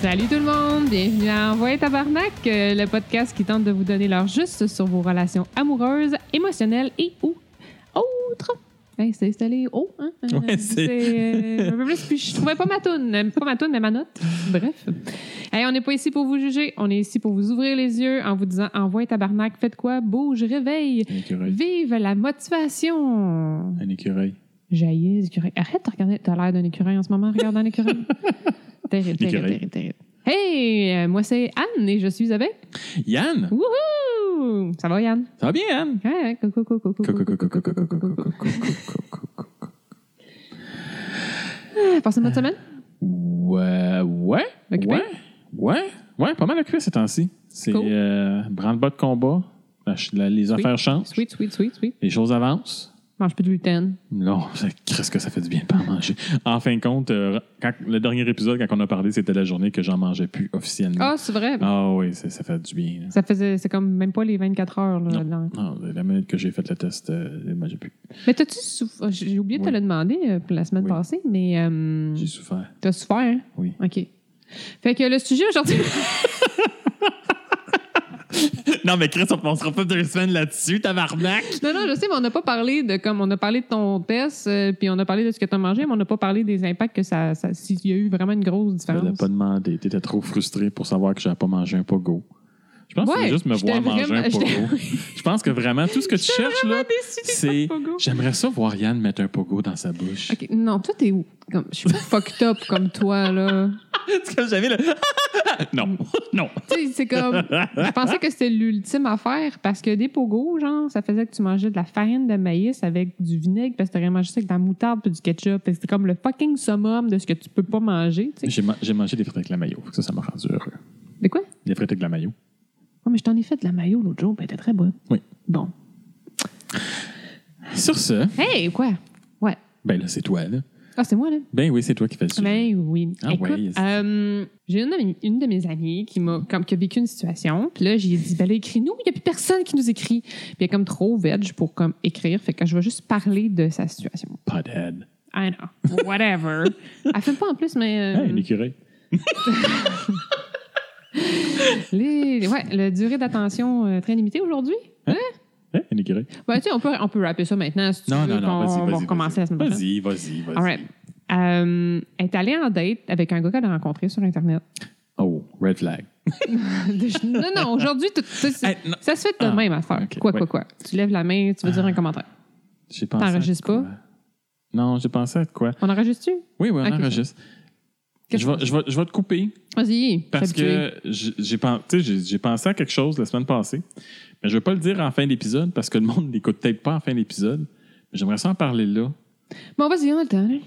Salut tout le monde, bienvenue à Envoyer Tabarnak, euh, le podcast qui tente de vous donner l'heure juste sur vos relations amoureuses, émotionnelles et ou autres. Hey, c'est installé haut, hein? Euh, Ouais, c'est- euh, un peu plus, puis je trouvais pas ma toune, Euh, pas ma toune, mais ma note. Bref. Hey, on n'est pas ici pour vous juger, on est ici pour vous ouvrir les yeux en vous disant Envoyez Tabarnak, faites quoi? Bouge, réveille, Un écureuil. vive la motivation! Un écureuil. Jaillir, les écureuils. Arrête de regarder. T'as l'air d'un écureuil en ce moment. Regarde un écureuil. terrible, terrible, L'écureuil. terrible, terrible. Hey, euh, moi c'est Anne et je suis avec. Yann! Wouhou! Ça va, Yann? Ça va bien, Yann? Ouais, ouais, coucou, coucou, coucou. Coco, coco, coco, coco, coco, coco, coco, coco, coco. Ah, Passez une bonne semaine? Ouais, ouais, Occupé? ouais, ouais, ouais, pas mal occupé ces temps-ci. C'est Cool. euh, branle-bas de combat, La ch- la- les affaires changent, Sweet, sweet, sweet, sweet. les choses avancent. Mange plus de gluten. Non, qu'est-ce que ça fait du bien de pas en manger. En fin de compte, euh, quand- le dernier épisode, quand on a parlé, c'était la journée que j'en mangeais plus officiellement. Ah, c'est vrai. Ah oui, c'est- ça fait du bien. là. Ça faisait, c'est comme même pas les 24 heures. Là, dedans. Non, la minute que j'ai fait le test, euh, je mangeais plus. Mais t'as-tu souffert? J'ai oublié de te Oui. le demander euh, pour la semaine Oui. passée, mais euh, J'ai souffert. t'as souffert, hein? Oui. OK. Fait que le sujet aujourd'hui. Non, mais Chris, on passera pas deux semaines là-dessus, tabarnak! Non, non, je sais, mais on n'a pas parlé de comme on a parlé de ton test, euh, puis on a parlé de ce que tu as mangé, mais on n'a pas parlé des impacts que ça, ça s'il y a eu vraiment une grosse Je l'ai différence. pas demandé. T'étais trop frustré pour savoir que j'avais pas mangé un pogo. Je pense que Ouais, c'est juste me j'étais voir manger vraiment- un pogo. j'étais- Je pense que vraiment, tout ce que tu cherches, Ah, là, c'est. J'aimerais ça voir Yann mettre un pogo dans sa bouche. Ok, non, toi t'es où Comme- je suis pas fucked up comme toi là. C'est comme j'avais le. non, non. tu sais, c'est comme je pensais que c'était l'ultime affaire parce que des pogos, genre, ça faisait que tu mangeais de la farine de maïs avec du vinaigre parce que t'aurais mangé ça avec de la moutarde puis du ketchup. Fait que C'était comme le fucking summum de ce que tu peux pas manger, tu sais. J'ai ma- j'ai mangé des frites avec la mayo. Ça, ça m'a rendu heureux. De quoi Des frites avec la mayo. Oh, mais je t'en ai fait de la mayo l'autre jour, puis elle était très bonne. Oui. Bon. Sur ce, Hey, quoi Ouais. ben là, c'est toi, là. Ah, c'est moi, là? Ben oui, c'est toi qui fais ça. Ben oui. Ah Écoute, ouais, c'est- euh, j'ai une, de mes- une de mes amies qui m'a comme qui a vécu une situation. Puis là, j'ai dit, ben là, écris-nous. Il n'y a plus personne qui nous écrit. Puis elle est comme trop veg pour comme écrire. Fait que je vais juste parler de sa situation. Pas d'aide. I know. Whatever. elle fait pas en plus, mais... euh, Hey, l'écureuil. les, ouais, la durée d'attention euh, très limitée aujourd'hui. Hey, l'écureuil. Ben, tu sais, on peut, on peut rappeler ça maintenant si tu Non, veux non, non, qu'on- vas-y, on vas-y. va recommencer la semaine prochaine. Vas-y, vas-y, vas-y. All right. Euh, elle est allée en date avec un gars qu'elle a rencontré sur Internet. Oh, red flag. non, non, aujourd'hui, tout- tout- Hey, non. ça se fait de Ah, même affaire. ok, quoi, ouais. Ah. quoi, quoi. Tu lèves la main, tu veux dire un commentaire. J'ai pensé. à T'enregistres quoi? pas? Non, j'ai pensé à quoi? On enregistre-tu? Oui, oui, on Ok, enregistre. Qu'est-ce Je vais, je, vais, je vais te couper Vas-y, parce s'habituer. que j'ai j'ai pen- tu sais, j'ai- j'ai pensé à quelque chose la semaine passée, mais je ne vais pas le dire en fin d'épisode parce que le monde n'écoute peut-être pas en fin d'épisode. Mais J'aimerais ça en parler là. Bon, vas-y, on a le temps. hein. là.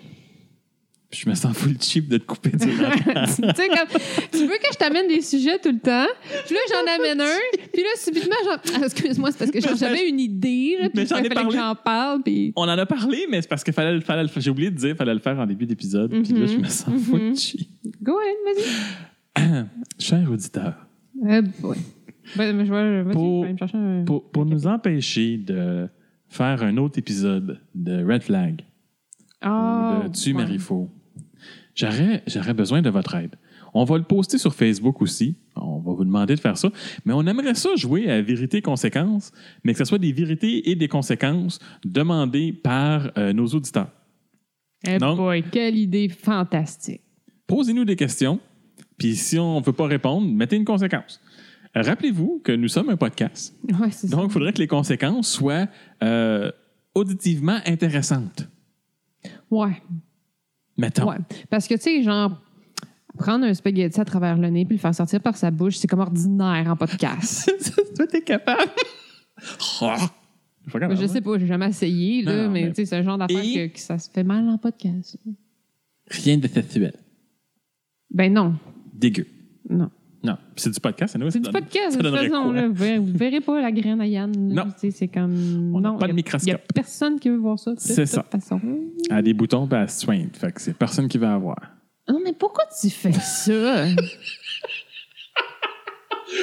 Puis je me sens full cheap de te couper. durant- tu sais, comme, tu veux que je t'amène des sujets tout le temps, puis là, j'en amène un, puis là, subitement, j'en- Ah, excuse-moi, c'est parce que j'en- j'avais une idée, là, puis Mais j'en ai il fallait que parlé. j'en parle, puis... On en a parlé, mais c'est parce que fallait, le- fallait, le faire. j'ai oublié de dire qu'il fallait le faire en début d'épisode. Puis là, je me sens full Mhm. cheap. Go ahead, vas-y. Cher auditeur, Euh, ouais. Ben, je vais, vas-y, Pour- je vais aller me chercher un... Pour, pour nous empêcher de faire un autre épisode de Red Flag Ah, ou de Tu ouais. Marifaux, j'aurais, j'aurais besoin de votre aide. On va le poster sur Facebook aussi. On va vous demander de faire ça. Mais on aimerait ça jouer à vérité-conséquence, mais que ce soit des vérités et des conséquences demandées par euh, nos auditeurs. Eh Donc- boy, quelle idée fantastique. Posez-nous des questions, puis si on ne peut pas répondre, mettez une conséquence. Rappelez-vous que nous sommes un podcast. Ouais, c'est ça. Donc, il faudrait que les conséquences soient euh, auditivement intéressantes. Ouais, Mettons. ouais. Parce que, tu sais, genre, prendre un spaghetti à travers le nez puis le faire sortir par sa bouche, c'est comme ordinaire en podcast. Toi, t'es capable. Ah! je sais pas, j'ai jamais essayé, là, Non, non, mais, mais- tu sais, c'est un genre d'affaire Et- que, que ça se fait mal en podcast. Rien de sexuel. Ben non, Dégueu. non. Non. Puis C'est du podcast, ça nous C'est du ça podcast, de toute donnerait façon. quoi? Là, vous, verrez, vous verrez pas la graine à Yann. là, Non. tu sais, C'est comme. On n'a non, pas de y a- microscope. y a personne qui veut voir ça, de C'est toute ça. façon. À des boutons, ben, à se soigne. Fait que c'est personne qui va avoir. Non, mais pourquoi tu fais ça?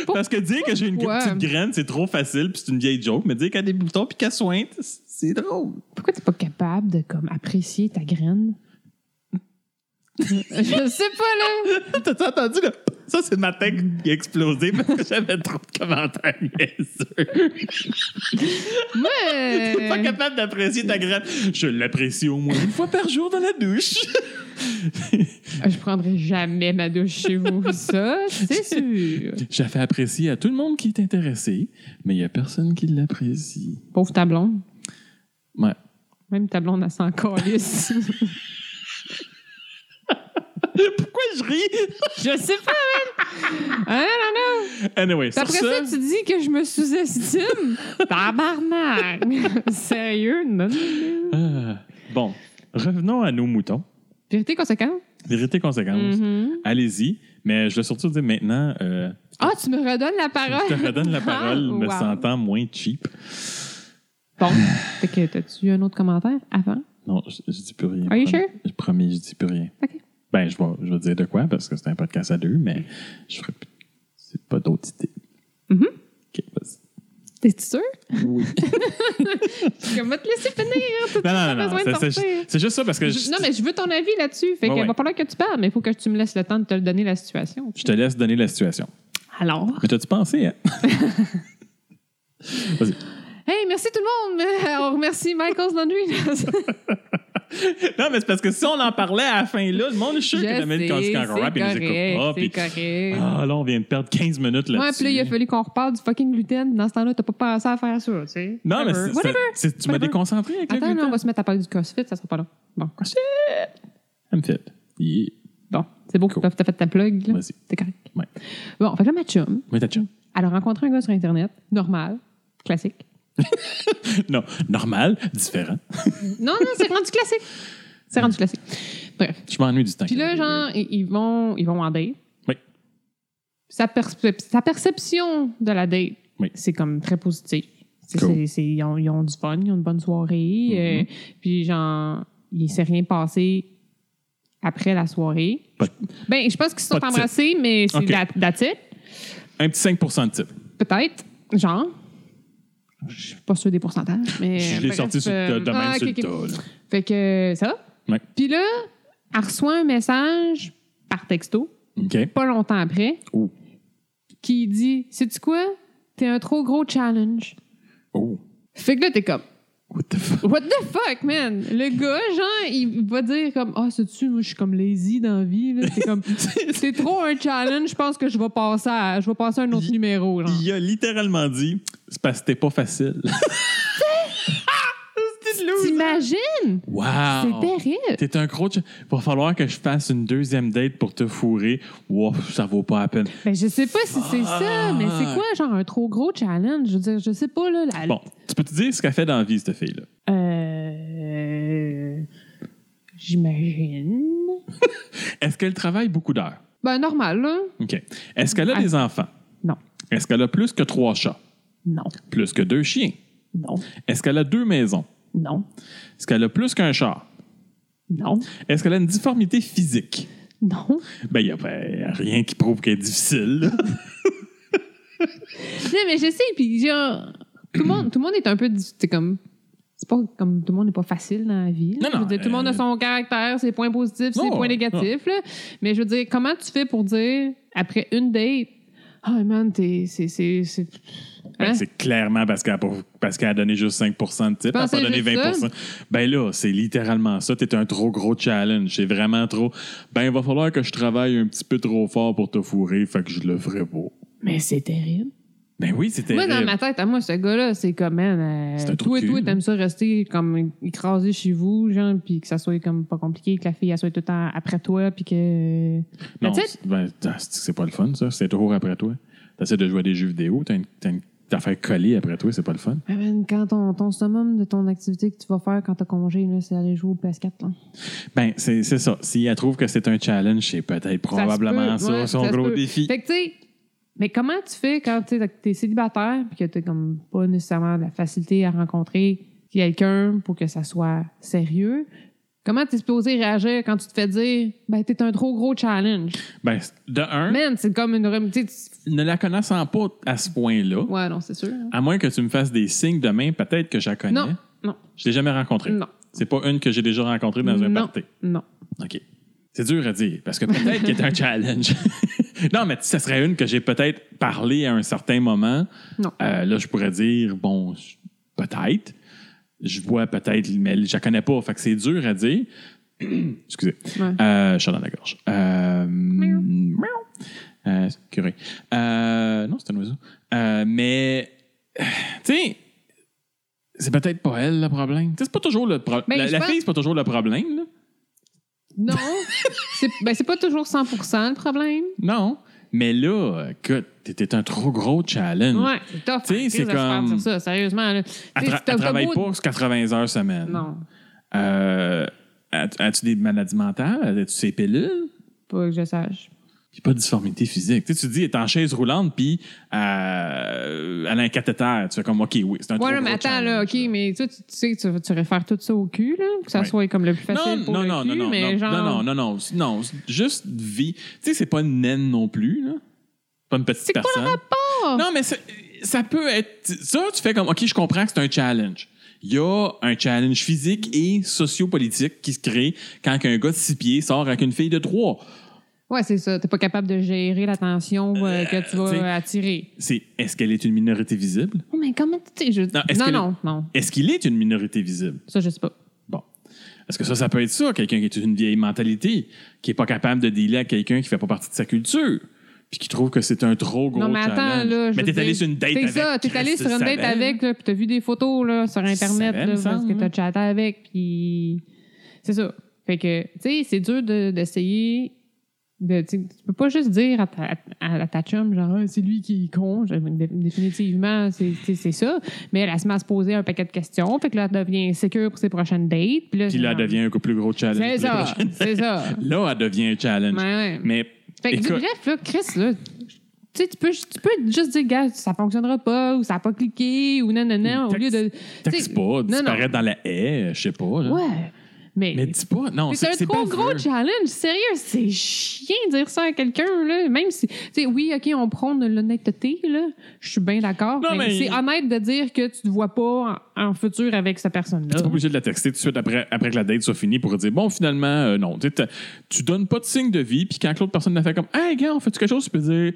Parce que dire que j'ai une Pourquoi? petite graine, c'est trop facile, puis c'est une vieille joke, mais dire qu'elle a des boutons puis qu'elle sointe, c'est drôle. Pourquoi t'es pas capable de comme apprécier ta graine? je sais pas, là. T'as-tu entendu, là? Ça, c'est ma tête qui a explosé parce que j'avais trop de commentaires niaiseux. Moi, T'es pas euh, capable d'apprécier ta graine. Je l'apprécie au moins une fois par jour dans la douche. je prendrai jamais ma douche chez vous. Ça, c'est sûr. J'avais apprécié à tout le monde qui est intéressé, mais il n'y a personne qui l'apprécie. Pauvre ta blonde. Ouais. Même ta blonde, elle s'en calisse. Pourquoi je ris? je sais pas, man. Hein, non, non. Anyway, Puis sur Après ça, ça, tu dis que je me sous-estime. Tabarnak. Sérieux, non. Ah. bon, revenons à nos moutons. Vérité conséquente. Vérité conséquence. Mhm. Allez-y, mais je vais surtout dire maintenant, euh, Ah, tu me redonnes la parole. je te redonne la parole, Ah, me wow. sentant moins cheap. Bon. Fait que t'as-tu un autre commentaire avant? Non, je, je dis plus rien. Are you Promis. sure? Je- Promis, je dis plus rien. OK. Ben, je vais, je vais dire de quoi, parce que c'est un podcast à deux, mais je ferai plus- c'est pas d'autres idées. Mhm. OK, vas-y. T'es sûr? Oui. Je vais te laisser finir. hein, t'as- non, t'as non, non, besoin de non. c'est- sortir. c'est- C'est juste ça, parce que je, Non, mais je veux ton avis là-dessus. Fait Ouais, qu'il ouais. va falloir que tu parles, mais il faut que tu me laisses le temps de te le donner la situation. je te laisse donner la situation. Alors. Mais t'as-tu pensé, hein? Hey, merci tout le monde. On remercie Michael's Laundry. Non, mais c'est parce que si on en parlait à la fin là, le monde est sûr que Je t'amènes sais, quand il rap, il nous écoute pas. C'est puis- correct. Ah, là, on vient de perdre 15 minutes Ouais, là-dessus. puis là, il a fallu qu'on reparle du fucking gluten. Dans ce temps-là, t'as pas pensé à faire ça, tu sais. Non, mais Whatever. c'est- Whatever. c'est- c'est- tu m'as Whatever. déconcentré avec le Attends, non, gluten. Ah, on va se mettre à parler du CrossFit, ça sera pas long. Bon, I'm fit. Yeah. bon c'est beau. Cool. T'as t'as fait ta plug, là. Vas-y. T'es correct. Ouais. Bon, fait que là, ma chum, Mais t'as chum. elle a rencontré un gars sur Internet, normal, classique. Non, normal, différent. Non, non, c'est rendu classique. C'est rendu classique. Bref. Je m'ennuie du temps. Puis là, genre, i- ils vont, ils vont en date. Oui. Sa, percep- sa perception de la date, Oui. c'est comme très positif. C'est- Cool. Mm-hmm. c'est- c'est- ils, ont, ils ont du fun, ils ont une bonne soirée. euh, puis genre, il s'est rien passé après la soirée. Pas de- ben, je pense qu'ils se sont pas de type. embrassés, mais c'est OK. la that's it, Un petit 5 de type. peut-être. Genre. Je suis pas sûre des pourcentages, mais... Je l'ai bref, sorti sur euh, le domaine ah, sur ok, le ok. tas. là. Fait que ça. Ouais. Puis là, elle reçoit un message par texto, OK. pas longtemps après, Oh. qui dit Sais-tu quoi T'es un trop gros challenge. Oh. Fait que là, t'es comme What the fuck? What the fuck, man Le gars, genre, il va dire comme Ah, sais-tu, moi, je suis comme lazy dans la vie. là. T'es comme C'est trop un challenge, je pense que je vais passer à, je vais passer à un autre Il- numéro. Genre. Il a littéralement dit, c'est parce que t'es pas facile. T'imagines C'est Wow! terrible T'es un gros... Il va falloir que je fasse une deuxième date pour te fourrer. Wow, ça vaut pas la peine. Ben, je sais pas si c'est ça, mais c'est Fuck. quoi, genre, un trop gros challenge? Je veux dire, je sais pas, là. La, Bon, tu peux te dire ce qu'elle fait dans la vie, cette fille-là? Euh. J'imagine. Est-ce qu'elle travaille beaucoup d'heures? Ben, normal, là. OK. Est-ce qu'elle a des enfants? Ah, Non. Est-ce qu'elle a plus que trois chats? Non, Plus que deux chiens? non, Est-ce qu'elle a deux maisons? non, Est-ce qu'elle a plus qu'un char? non, Est-ce qu'elle a une difformité physique? non. Ben, il n'y a, ben, rien qui prouve qu'elle est difficile. Hein? là. Non, mais je sais, puis genre, tout le monde, tout le monde est un peu. dif- C'est comme. C'est pas comme tout le monde n'est pas facile dans la vie. Non, là. non, Je veux dire, tout le monde a euh, son caractère, ses points positifs, ses Non, points négatifs. là. Mais je veux dire, comment tu fais pour dire, après une date, Ah, man, t'es. C'est. c'est- c'est- Ben, Hein? c'est clairement parce qu'elle a, pas- parce qu'elle a donné juste 5 de type, elle n'a Pensez pas donné juste 20 Ben là, c'est littéralement ça. T'es un trop gros challenge. C'est vraiment trop. Ben, il va falloir que je travaille un petit peu trop fort pour te fourrer, fait que je le ferai pas. Mais c'est terrible. Ben oui, c'était. Moi, dans ma tête, à moi, ce gars-là, c'est comme, man, euh, C'est un trou toi de et toi, cul. t'aimes ça rester comme écrasé chez vous, genre, puis que ça soit comme pas compliqué, que la fille, elle soit tout le temps après toi, puis que. Mais Non, tu sais, c'est- ben, attends, c'est c'est pas le fun, ça. C'est toujours après toi. T'essaies de jouer à des jeux vidéo, t'as une, t'as une affaire collée après toi, c'est pas le fun. ah, man, quand ton, ton summum de ton activité que tu vas faire quand t'as congé, là, c'est aller jouer au PS4, là. Ben, c'est c'est ça. Si elle trouve que c'est un challenge, c'est peut-être se probablement peut, ça, ouais, son ça se gros peut. défi. Fait que, tu sais, mais comment tu fais quand tu es célibataire puis que tu comme pas nécessairement de la facilité à rencontrer quelqu'un pour que ça soit sérieux? Comment t'es supposé réagir quand tu te fais dire, ben, t'es un trop gros challenge? Ben, de un, Man, c'est comme une rem- tu sais, ne la connaissant pas à ce point-là, tu- Ouais, non, c'est sûr. hein. à moins que tu me fasses des signes de main, peut-être que je la connais. Non, non, Je l'ai jamais rencontrée. non. C'est pas une que j'ai déjà rencontrée dans un non, party. non. OK. C'est dur à dire, parce que peut-être qu'il y a un challenge. non, mais ça serait une que j'ai peut-être parlé à un certain moment. Non. Euh, là, je pourrais dire, bon, je- peut-être. Je vois peut-être, mais je la connais pas. Fait que c'est dur à dire. Excusez. Ouais. Euh, je suis dans la gorge. Euh, miaou. Euh, c'est curé. Euh, non, c'est un oiseau. Euh, mais, euh, tu sais, c'est peut-être pas elle le problème. Tu sais, c'est pas toujours le problème. Ben, la je la pense- fille, c'est pas toujours le problème. là. Non. c'est ben, c'est pas toujours 100 le problème. Non. Mais là, écoute, t'étais un trop gros challenge. Ouais, c'est tough. Mm. Tu sais, c'est Crise de se faire comme- dire ça, sérieusement. là. Tu sais, Elle, tra- t'as- elle t'as travaille beau- pas sur 80 heures semaine. Non, Euh, as- As-tu des maladies mentales? As-tu ces pilules? pas que je sache. Puis pas de difformité physique. Tu, sais, tu dis, elle est en chaise roulante, puis euh, elle a un cathéter. Tu fais comme, OK, oui, c'est un Ouais, trop non, mais gros attends, là, challenge, OK, mais tu, tu, tu sais que tu, tu réfères tout ça au cul, là, que ça Ouais. soit comme le plus facile Non, pour non, le non, cul, non, non, mais non, genre... non, non, non, non, non, c'est juste vie. Tu sais, c'est pas une naine non plus, là. Pas une petite C'est quoi le personne. rapport? Non, mais ça- ça peut être. Ça, tu fais comme, OK, je comprends que c'est un challenge. Il y a un challenge physique et sociopolitique qui se crée quand un gars de six pieds sort avec une fille de trois. Ouais, c'est ça. T'es pas capable de gérer la tension euh, que tu vas tu sais- attirer. C'est est-ce qu'elle est une minorité visible? Oh, mais comment tu sais, je... Non, est-ce Non, que- non, non. Est-ce qu'il est une minorité visible? Ça, je sais pas. Bon. Est-ce que ça, ça peut être ça, quelqu'un qui est une vieille mentalité, qui est pas capable de dealer avec quelqu'un qui fait pas partie de sa culture, puis qui trouve que c'est un trop gros non, mais attends, challenge. là... je mais veux t'es allé dire, sur une date C'est avec. ça, t'es allé Christ, sur une tu date savais. avec, là, puis t'as vu des photos, là, sur Internet, savais, là, me parce que semble, t'as chatté avec, puis... C'est ça. Fait que, tu sais, c'est dur de- d'essayer... De, tu sais, tu peux pas juste dire à ta, à, à ta chum, genre, Ah, c'est lui qui est con. Je- dé- définitivement, c'est- c'est c'est ça. Mais elle, elle se met à se poser un paquet de questions. Fait que là, elle devient sécure pour ses prochaines dates. Puis là, Puis là, elle genre, devient un plus gros challenge. C'est Puis là, ça. C'est ça. Là, elle devient un challenge. Ouais, ouais. Mais Fait que, du Écoute- bref, là, Chris, là, tu sais, tu peux, tu peux juste dire, gars, ça fonctionnera pas, ou ça n'a pas cliqué, ou non, non, non, au Taxe- lieu de. taxe t'sais, pas, non. disparaître dans la haie, je sais pas. là. Ouais. Mais. Mais dis pas, non, mais c'est un trop baveux. gros challenge, sérieux, c'est chiant de dire ça à quelqu'un, là. Même si, tu sais, oui, OK, on prône l'honnêteté, là, je suis bien d'accord, Non, mais, mais- c'est honnête de dire que tu ne te vois pas en, en futur avec cette Puis personne-là. T'es pas obligé de la texter tout de suite après, après que la date soit finie pour dire bon, finalement, euh, non. Tu sais, t'as- tu donnes pas de signe de vie, puis quand que l'autre personne l'a fait comme Hey, gars, on fait quelque chose, tu peux dire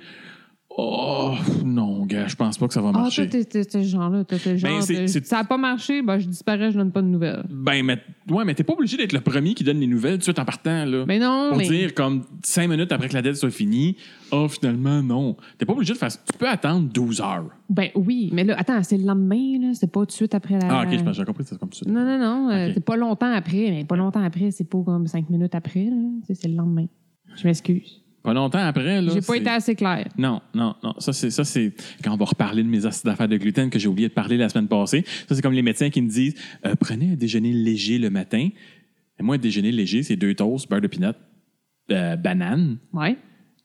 Oh, non, gars, je pense pas que ça va Ah, marcher. Ben, toi, t'es t'es- t'es ce genre-là, t'es ce genre. c'est- de- c'est- Ça n'a pas marché, ben, je disparais, je donne pas de nouvelles. ben, mais, ouais, mais t'es pas obligé d'être le premier qui donne les nouvelles tout de suite en partant, là. Mais Ben non, pour mais. dire comme cinq minutes après que la date soit finie, oh, finalement, non. T'es pas obligé de faire ça. Tu peux attendre 12 heures. Ben oui, mais là, attends, c'est le lendemain, là. C'est pas tout de suite après la. Ah, ok, je pense que j'ai compris, c'est comme ça. Euh. Non, non, non. euh, Ok. c'est pas longtemps après, mais pas longtemps après, c'est pas comme cinq minutes après, là. Tu sais, C'est le lendemain. Je m'excuse. Pas longtemps après, là. J'ai pas c'est- été assez claire. Non, non, non. Ça, c'est, ça, c'est quand on va reparler de mes astuces d'affaires de gluten que j'ai oublié de parler la semaine passée. Ça, c'est comme les médecins qui me disent euh, prenez un déjeuner léger le matin. Et moi, un déjeuner léger, c'est deux toasts, beurre de peanut, euh, banane. Ouais.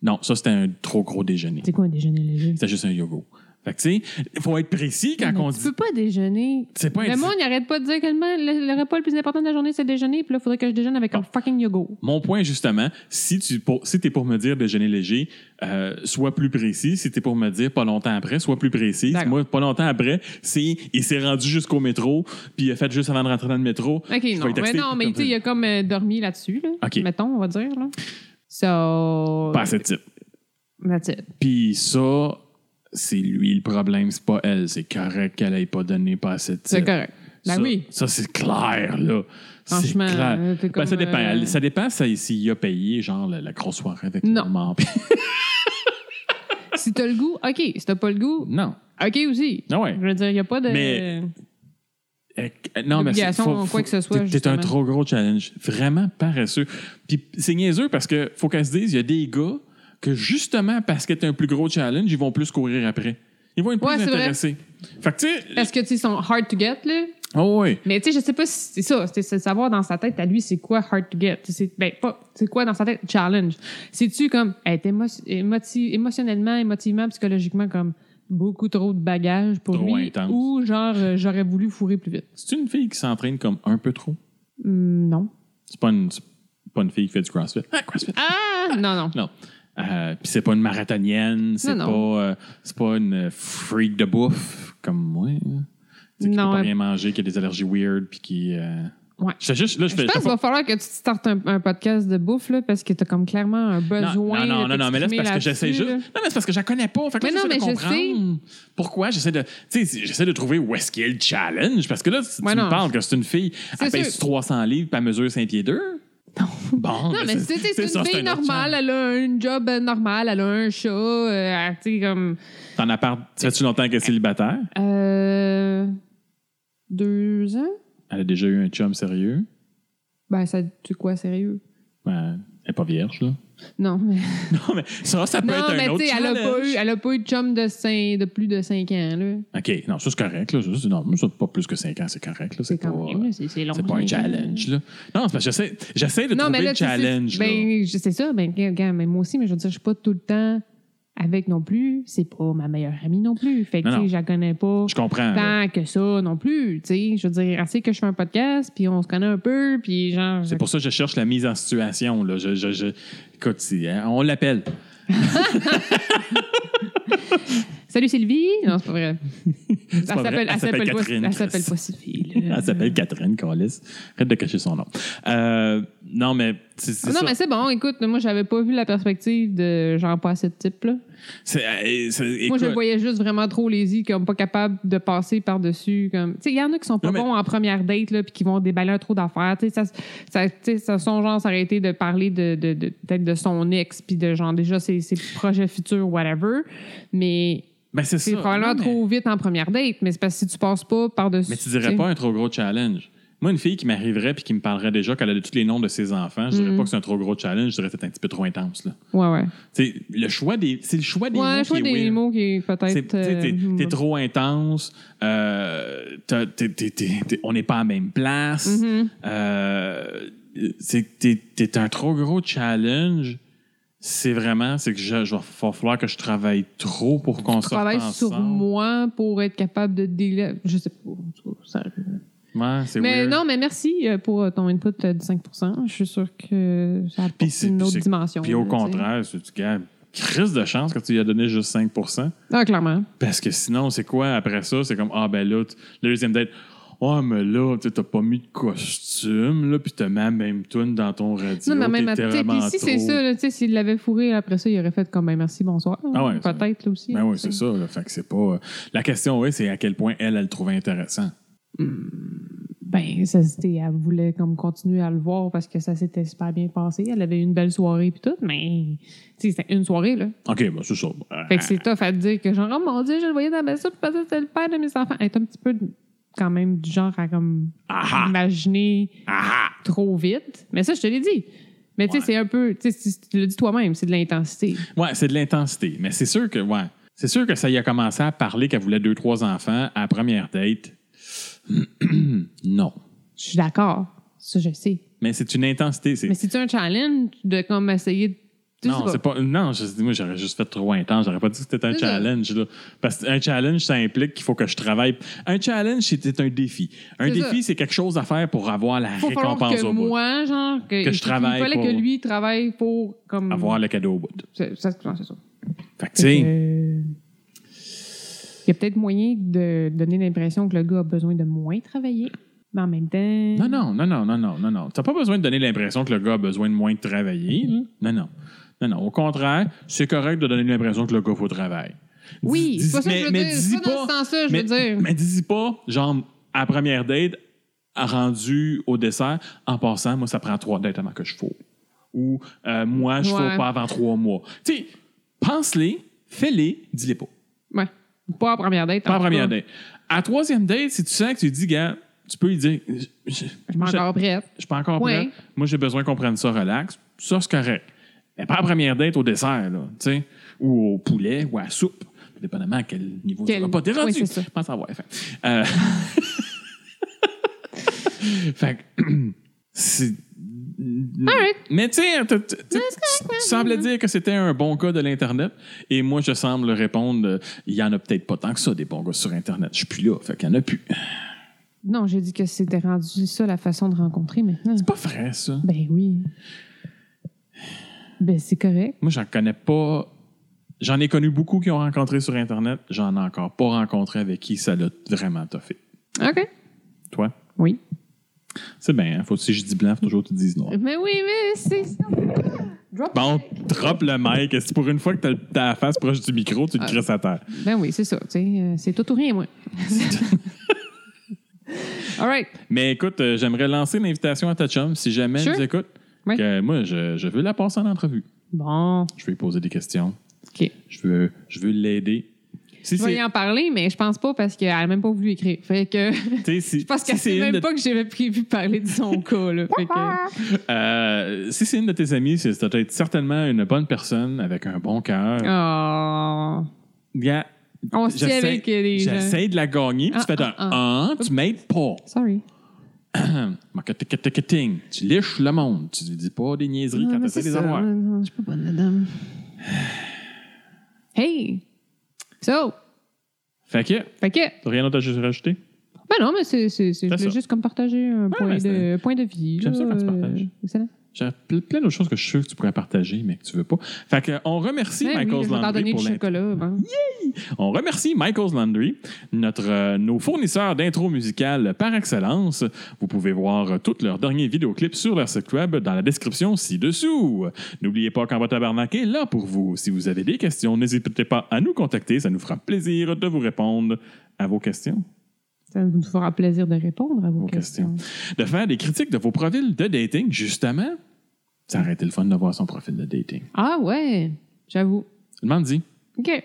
Non, ça, c'était un trop gros déjeuner. C'est quoi un déjeuner léger? C'était juste un yogourt. Fait que, tu sais, il faut être précis quand Mais on tu dit. peux pas déjeuner. C'est pas Le un- monde, il arrête pas de dire que le, ma- le- le repas le plus important de la journée, c'est le déjeuner, puis là, il faudrait que je déjeune avec un Ah. fucking yogourt. Mon point, justement, si tu pour, si es pour me dire déjeuner léger, euh, sois plus précis. Si tu es pour me dire pas longtemps après, sois plus précis. D'accord. Moi, pas longtemps après, c'est il s'est rendu jusqu'au métro, puis il a fait juste avant de rentrer dans le métro. OK, Je vais non. y Mais texter, non, mais comme tu sais, ça. il a comme euh, dormi là-dessus, là. OK. Mettons, on va dire, là. So. Pas assez de type. That's it. Puis ça, c'est lui le problème, c'est pas elle. C'est correct qu'elle ait pas donné pas assez de C'est type. correct. Ben Ça- oui. Ça, c'est clair, là. C'est Franchement, clair. euh, t'es Ben, ça comme, dépend. euh, Elle- Ça dépend ça, s'il a payé, genre, la, la grosse soirée avec Non. le moment. Puis- Si t'as le goût, OK. Si t'as pas le goût, non. OK aussi. Ah ouais. Je veux dire, il n'y a pas de. Mais- Euh, euh, Non, mais c'est Obligation, faut- quoi faut- que ce soit, t'es- T'es justement. un trop gros challenge. Vraiment paresseux. Puis c'est niaiseux parce que faut qu'elle se dise, il y a des gars que justement parce que t'es un plus gros challenge, ils vont plus courir après. Ils vont être plus Ouais, c'est vrai. intéressés. Fait que tu sais. Parce que, tu sais, ils sont hard to get, là. Oh oui. Mais, tu sais, je sais pas si c'est ça. C'est c'est savoir dans sa tête, à lui, c'est quoi hard to get. C'est ben, pas. C'est quoi dans sa tête? Challenge. C'est-tu comme. être émotionnellement, émotivement, psychologiquement, comme beaucoup trop de bagages pour Trop lui? intense. Ou genre, euh, j'aurais voulu fourrer plus vite? C'est une fille qui s'entraîne comme un peu trop. Hum, non. C'est pas une, c'est pas une fille qui fait du CrossFit. Ah, CrossFit! Ah! Non, non. Non. Euh, Puis c'est pas une marathonienne, c'est pas, Non, euh, c'est pas une freak de bouffe comme moi. hein. Tu sais, qui Non, peut pas elle- rien manger, qui a des allergies weird, puis qui. euh, Ouais. Je fais juste, là, je Je fais. pense je qu'il fais va falloir que tu te startes un, un podcast de bouffe, là, parce que t'as comme clairement un pas- Non, non, besoin. non, de non, non, mais là, c'est t'exprimer parce que j'essaie là-dessus, juste. là. Non, mais c'est parce que je la connais pas. Fait que là, Mais non, j'essaie de mais je sais. comprendre Pourquoi? J'essaie de. Tu sais, j'essaie de trouver où est-ce qu'il y a le challenge. Parce que là, tu, tu Ouais, me non. parles que c'est une fille, elle C'est pèse sûr. 300 livres, puis elle mesure 5 pieds 2. Bon. ben, Non, mais c'est, c'est, c'est ça, une fille un autre normale, elle a un job euh, normal, elle a un chat, euh, elle, tu sais, comme. challenge. T'en appart. Tu fais-tu longtemps qu'elle est célibataire? Euh, deux ans? Elle a déjà eu un chum sérieux. Ben, ça, tu quoi, sérieux? Ben, elle n'est pas vierge, là. Non, mais. Non, mais ça, ça peut Non, être un mais autre tu sais, elle a pas challenge. eu, elle a pas eu de chum de, cinq- de plus de cinq ans, là. OK, non, ça, c'est correct. Là. Ça, c'est- non, mais ça, pas plus que 5 ans, c'est correct. Là. C'est, C'est pas, quand même, là, c'est, c'est long. c'est pas un cinq ans. challenge. Là. Non, c'est parce que j'essaie, j'essaie de Non, trouver mais là, le tu sais, challenge. là. Ben, je- c'est ça, ben, regarde, mais moi aussi, mais je veux dire, je suis pas tout le temps avec non plus. C'est pas ma meilleure amie non plus. Fait que, Non, tu sais, non. je la connais pas. Je comprends. Ah, là. tant que ça non plus. Tu sais, je veux dire, assez que je fais un podcast, puis on se connaît un peu, puis genre. C'est pour ça que je cherche la mise en situation. Là. Je, je, je... Écoute, si, hein, on l'appelle. Salut Sylvie! Non, c'est pas vrai. elle pas vrai. s'appelle Elle elle s'appelle s'appelle pas, Catherine, elle s'appelle Chris. pas Sylvie. là. Elle s'appelle Catherine Collis. Arrête de cacher son nom. Euh, non, mais c'est, c'est Ah non, ça. mais c'est bon, écoute, moi, j'avais pas vu la perspective de genre pas assez de type, là. C'est- euh, c'est- Moi, je écoute, voyais juste vraiment trop lazy, comme pas capable de passer par-dessus. Comme... Tu sais, il y en a qui sont pas Non, mais- bons en première date, là, puis qui vont déballer un trop d'affaires. Tu sais, ça, ça, tu sais, ça- son genre s'arrêter de parler de, de, de- peut-être de son ex, puis de genre déjà ses, ses projets futurs, whatever. Mais ben, c'est, c'est ça. probablement Non, mais- trop vite en première date, mais c'est parce que si tu passes pas par-dessus. Mais tu sais. dirais pas un trop gros challenge. Moi, une fille qui m'arriverait puis qui me parlerait déjà qu'elle a tous les noms de ses enfants, je dirais Mhm. pas que c'est un trop gros challenge, je dirais que c'est un petit peu trop intense. Là. Ouais, ouais. C'est le choix des, c'est le choix des ouais, mots je vois qui est des weird. mots qui est C'est- peut-être. tu sais, T'es euh, t'es trop intense, euh, t'as- t'es- t'es- t'es- t'es- on n'est pas à la même place, Mhm. euh, c'est que t'es- t'es un trop gros challenge. C'est vraiment, c'est que je, je vais va falloir que je travaille trop pour qu'on Je sorte travaille ensemble. sur moi pour être capable de délai. Je sais pas. en tout cas, ça- Ouais, c'est Mais weird. non, mais merci euh, pour euh, ton input euh, de 5 Je suis sûre que ça apporte Puis c'est- une puis autre c'est- dimension. Puis au là, tu sais. contraire, c'est tu gars, crise de chance quand tu lui as donné juste 5 Ah, clairement. Parce que sinon, c'est quoi après ça? C'est comme, ah ben là, tu- le deuxième date, ah mais là, tu sais, t'as pas mis de costume, là, puis t'as mis la même tune dans ton radio. Non, mais même à t'étais tête. vraiment Puis si c'est trop- ça, là, tu sais, s'il l'avait fourré après ça, il aurait fait comme, ben merci, bonsoir. Ah ouais, c'est- Peut-être, là aussi. hein, Ben oui, tu sais. c'est ça. là. Fait que c'est pas. euh, La question, oui, c'est à quel point elle, elle le trouvait intéressant. Ben, ça, c'était, elle voulait comme continuer à le voir parce que ça s'était super bien passé. Elle avait eu une belle soirée puis tout, mais, tu sais, c'était une soirée, là. OK, ben c'est ça. Euh, Fait que c'est tough à te dire que genre, oh mon Dieu, je le voyais dans ma soupe, parce que c'était le père de mes enfants. Elle est un petit peu quand même du genre à comme Aha. imaginer Ah ah! trop vite. Mais ça, je te l'ai dit. Mais tu Ouais. sais, c'est un peu, tu sais, c'est- tu le dis toi-même, c'est de l'intensité. Ouais, c'est de l'intensité. Mais c'est sûr que, ouais. C'est sûr que ça y a commencé à parler qu'elle voulait deux, trois enfants à la première date. non. Je suis d'accord. Ça, je sais. Mais c'est une intensité. C'est Mais c'est-tu un challenge de comme essayer de. tu sais, Non, c'est c'est pas- pas. Non, je- moi, j'aurais juste fait trop intense. J'aurais pas dit que c'était un C'est ça. challenge. Là. Parce qu'un challenge, ça implique qu'il faut que je travaille. Un challenge, c'était un défi. Un C'est ça. défi, c'est quelque chose à faire pour avoir la Faut falloir récompense que au bout. moi, genre, que, je travaille Il fallait pour- que lui travaille pour comme. Avoir le cadeau au bout. C'est- Ça, c'est c'est ça. Fait que, tu sais, Euh, Il y a peut-être moyen de donner l'impression que le gars a besoin de moins travailler, mais en même Non, temps. non, non, non, non, non, non, non. T'as pas besoin de donner l'impression que le gars a besoin de moins de travailler. là. Non, non. Non, non. Au contraire, c'est correct de donner l'impression que le gars faut travailler. Oui, Dis- c'est pas ça que mais- je veux mais dire. dis C'est pas dans pas- ce sens-là, je mais, veux dire. Mais dis-y pas, genre, à la première date, à- rendu au dessert, en passant, moi, ça prend trois dates avant que je fous. Ou euh, moi, je ne Ouais. pas avant trois mois. Tu sais, pense-les, fais-les, dis-les pas. Ouais. Pas en première date. Pas en à tout première cas. date. À la troisième date, si tu sens que tu dis, gars, tu peux lui dire, je, je- Je m'en je- encore prête. je suis pas encore Ouais. prêt. Moi, j'ai besoin qu'on prenne ça relax. Ça, c'est correct. Mais pas à la première date au dessert, là, tu sais, ou au poulet, ou à la soupe. Dépendamment à quel niveau Quel- tu vas pas. T'es Oui, rendu. c'est ça. Je pense avoir faim. Euh, fait que, c'est- Alright. Mais tu sais, tu- tu- tu- tu tu semblais dire que c'était un bon cas de l'Internet, et moi, je semble répondre euh, il y en a peut-être pas tant que ça, des bons gars sur Internet. Je suis plus là, fait qu'il y en a plus. Non, j'ai dit que c'était rendu ça la façon de rencontrer maintenant. C'est pas vrai, ça. Ben oui. Ben c'est correct. Moi, j'en connais pas. J'en ai connu beaucoup qui ont rencontré sur Internet. J'en ai encore pas rencontré avec qui ça l'a vraiment toffé. OK. Toi? Oui. C'est bien, hein? Faut que si je dis blanc, faut toujours que tu dises noir. Mais Ben oui, mais c'est ça. Drop Bon, drop le mic. Est-ce que pour une fois que t'as t'as la face proche du micro, tu le Ah. crisses à terre? Ben oui, c'est ça. tu sais, euh, c'est tout ou rien, moi. All right. Mais écoute, euh, j'aimerais lancer une invitation à ta chum, si jamais Sure. elle nous écoute. Oui. que moi, je, je veux la passer en entrevue. Bon, Je veux lui poser des questions. OK. Je veux, je veux l'aider. Si Je vais c'est y en parler, mais je pense pas parce qu'elle a même pas voulu écrire. Fait que je tu sais, si- pense si qu'elle c'est sait une même de- pas que j'avais prévu de parler de son cas. Là. Fait que, euh, si c'est une de tes amies, c'est ça doit être certainement une bonne personne avec un bon cœur. oh, Gars, Ah. on se tient j'essaie- avec les gens. J'essaie de la gagner, puis Ah, tu fais un ah, ah, tu m'aides pas. Sorry. Marketing, tu liches le monde. Tu dis pas des niaiseries Ah, quand mais t'essaies c'est des ça. avoir. Non, non, Je suis pas bonne, madame. Hey! So! Fait que, Fait que, t'as rien d'autre à juste rajouter? ben non, mais c'est, c'est, c'est- je C'est voulais ça. juste comme partager un point, mais de, point de vie. J'aime là, ça quand tu euh, partages. excellent. J'ai ple- plein d'autres choses que je suis sûr que tu pourrais partager, mais que tu veux pas. Fait que, euh, on remercie Ben Michael's oui, je vais t'en Landry donner du pour l'in- chocolat. ben. On remercie Michael's Landry, notre, euh, nos fournisseurs d'intro musicale par excellence. Vous pouvez voir euh, tous leurs derniers vidéoclips sur leur site web dans la description ci-dessous. N'oubliez pas qu'en votre tabarnak est là pour vous. Si vous avez des questions, n'hésitez pas à nous contacter. Ça nous fera plaisir de vous répondre à vos questions. Ça nous fera plaisir de répondre à vos, Vos questions. questions. De faire des critiques de vos profils de dating, justement. Ça aurait été le fun de voir son profil de dating. Ah ouais, j'avoue. Demande-y. OK,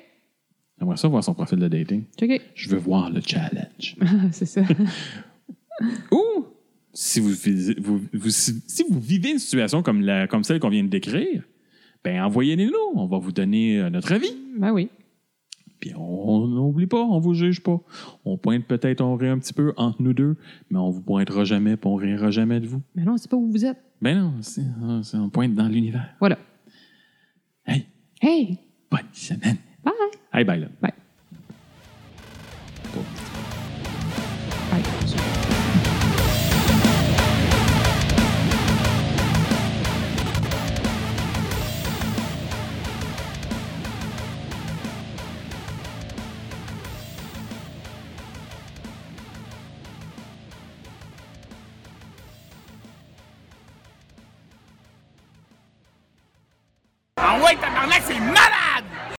J'aimerais ça voir son profil de dating. OK. Je veux voir le challenge. Ah, c'est ça. Ou, si vous, visi- vous- vous- si, si vous vivez une situation comme, la, comme celle qu'on vient de décrire, ben envoyez-les-nous. On va vous donner euh, notre avis. ben oui. Puis on n'oublie pas, on vous juge pas. On pointe peut-être, on rit un petit peu entre nous deux, mais on vous pointera jamais, puis on rira jamais de vous. Mais non, c'est pas où vous êtes. Ben non, c'est- c'est- on pointe dans l'univers. Voilà. Hey, Hey! bonne semaine. Bye! Hey, bye là. Bye. Bye. Ah ouais, tabarnak, c'est malade!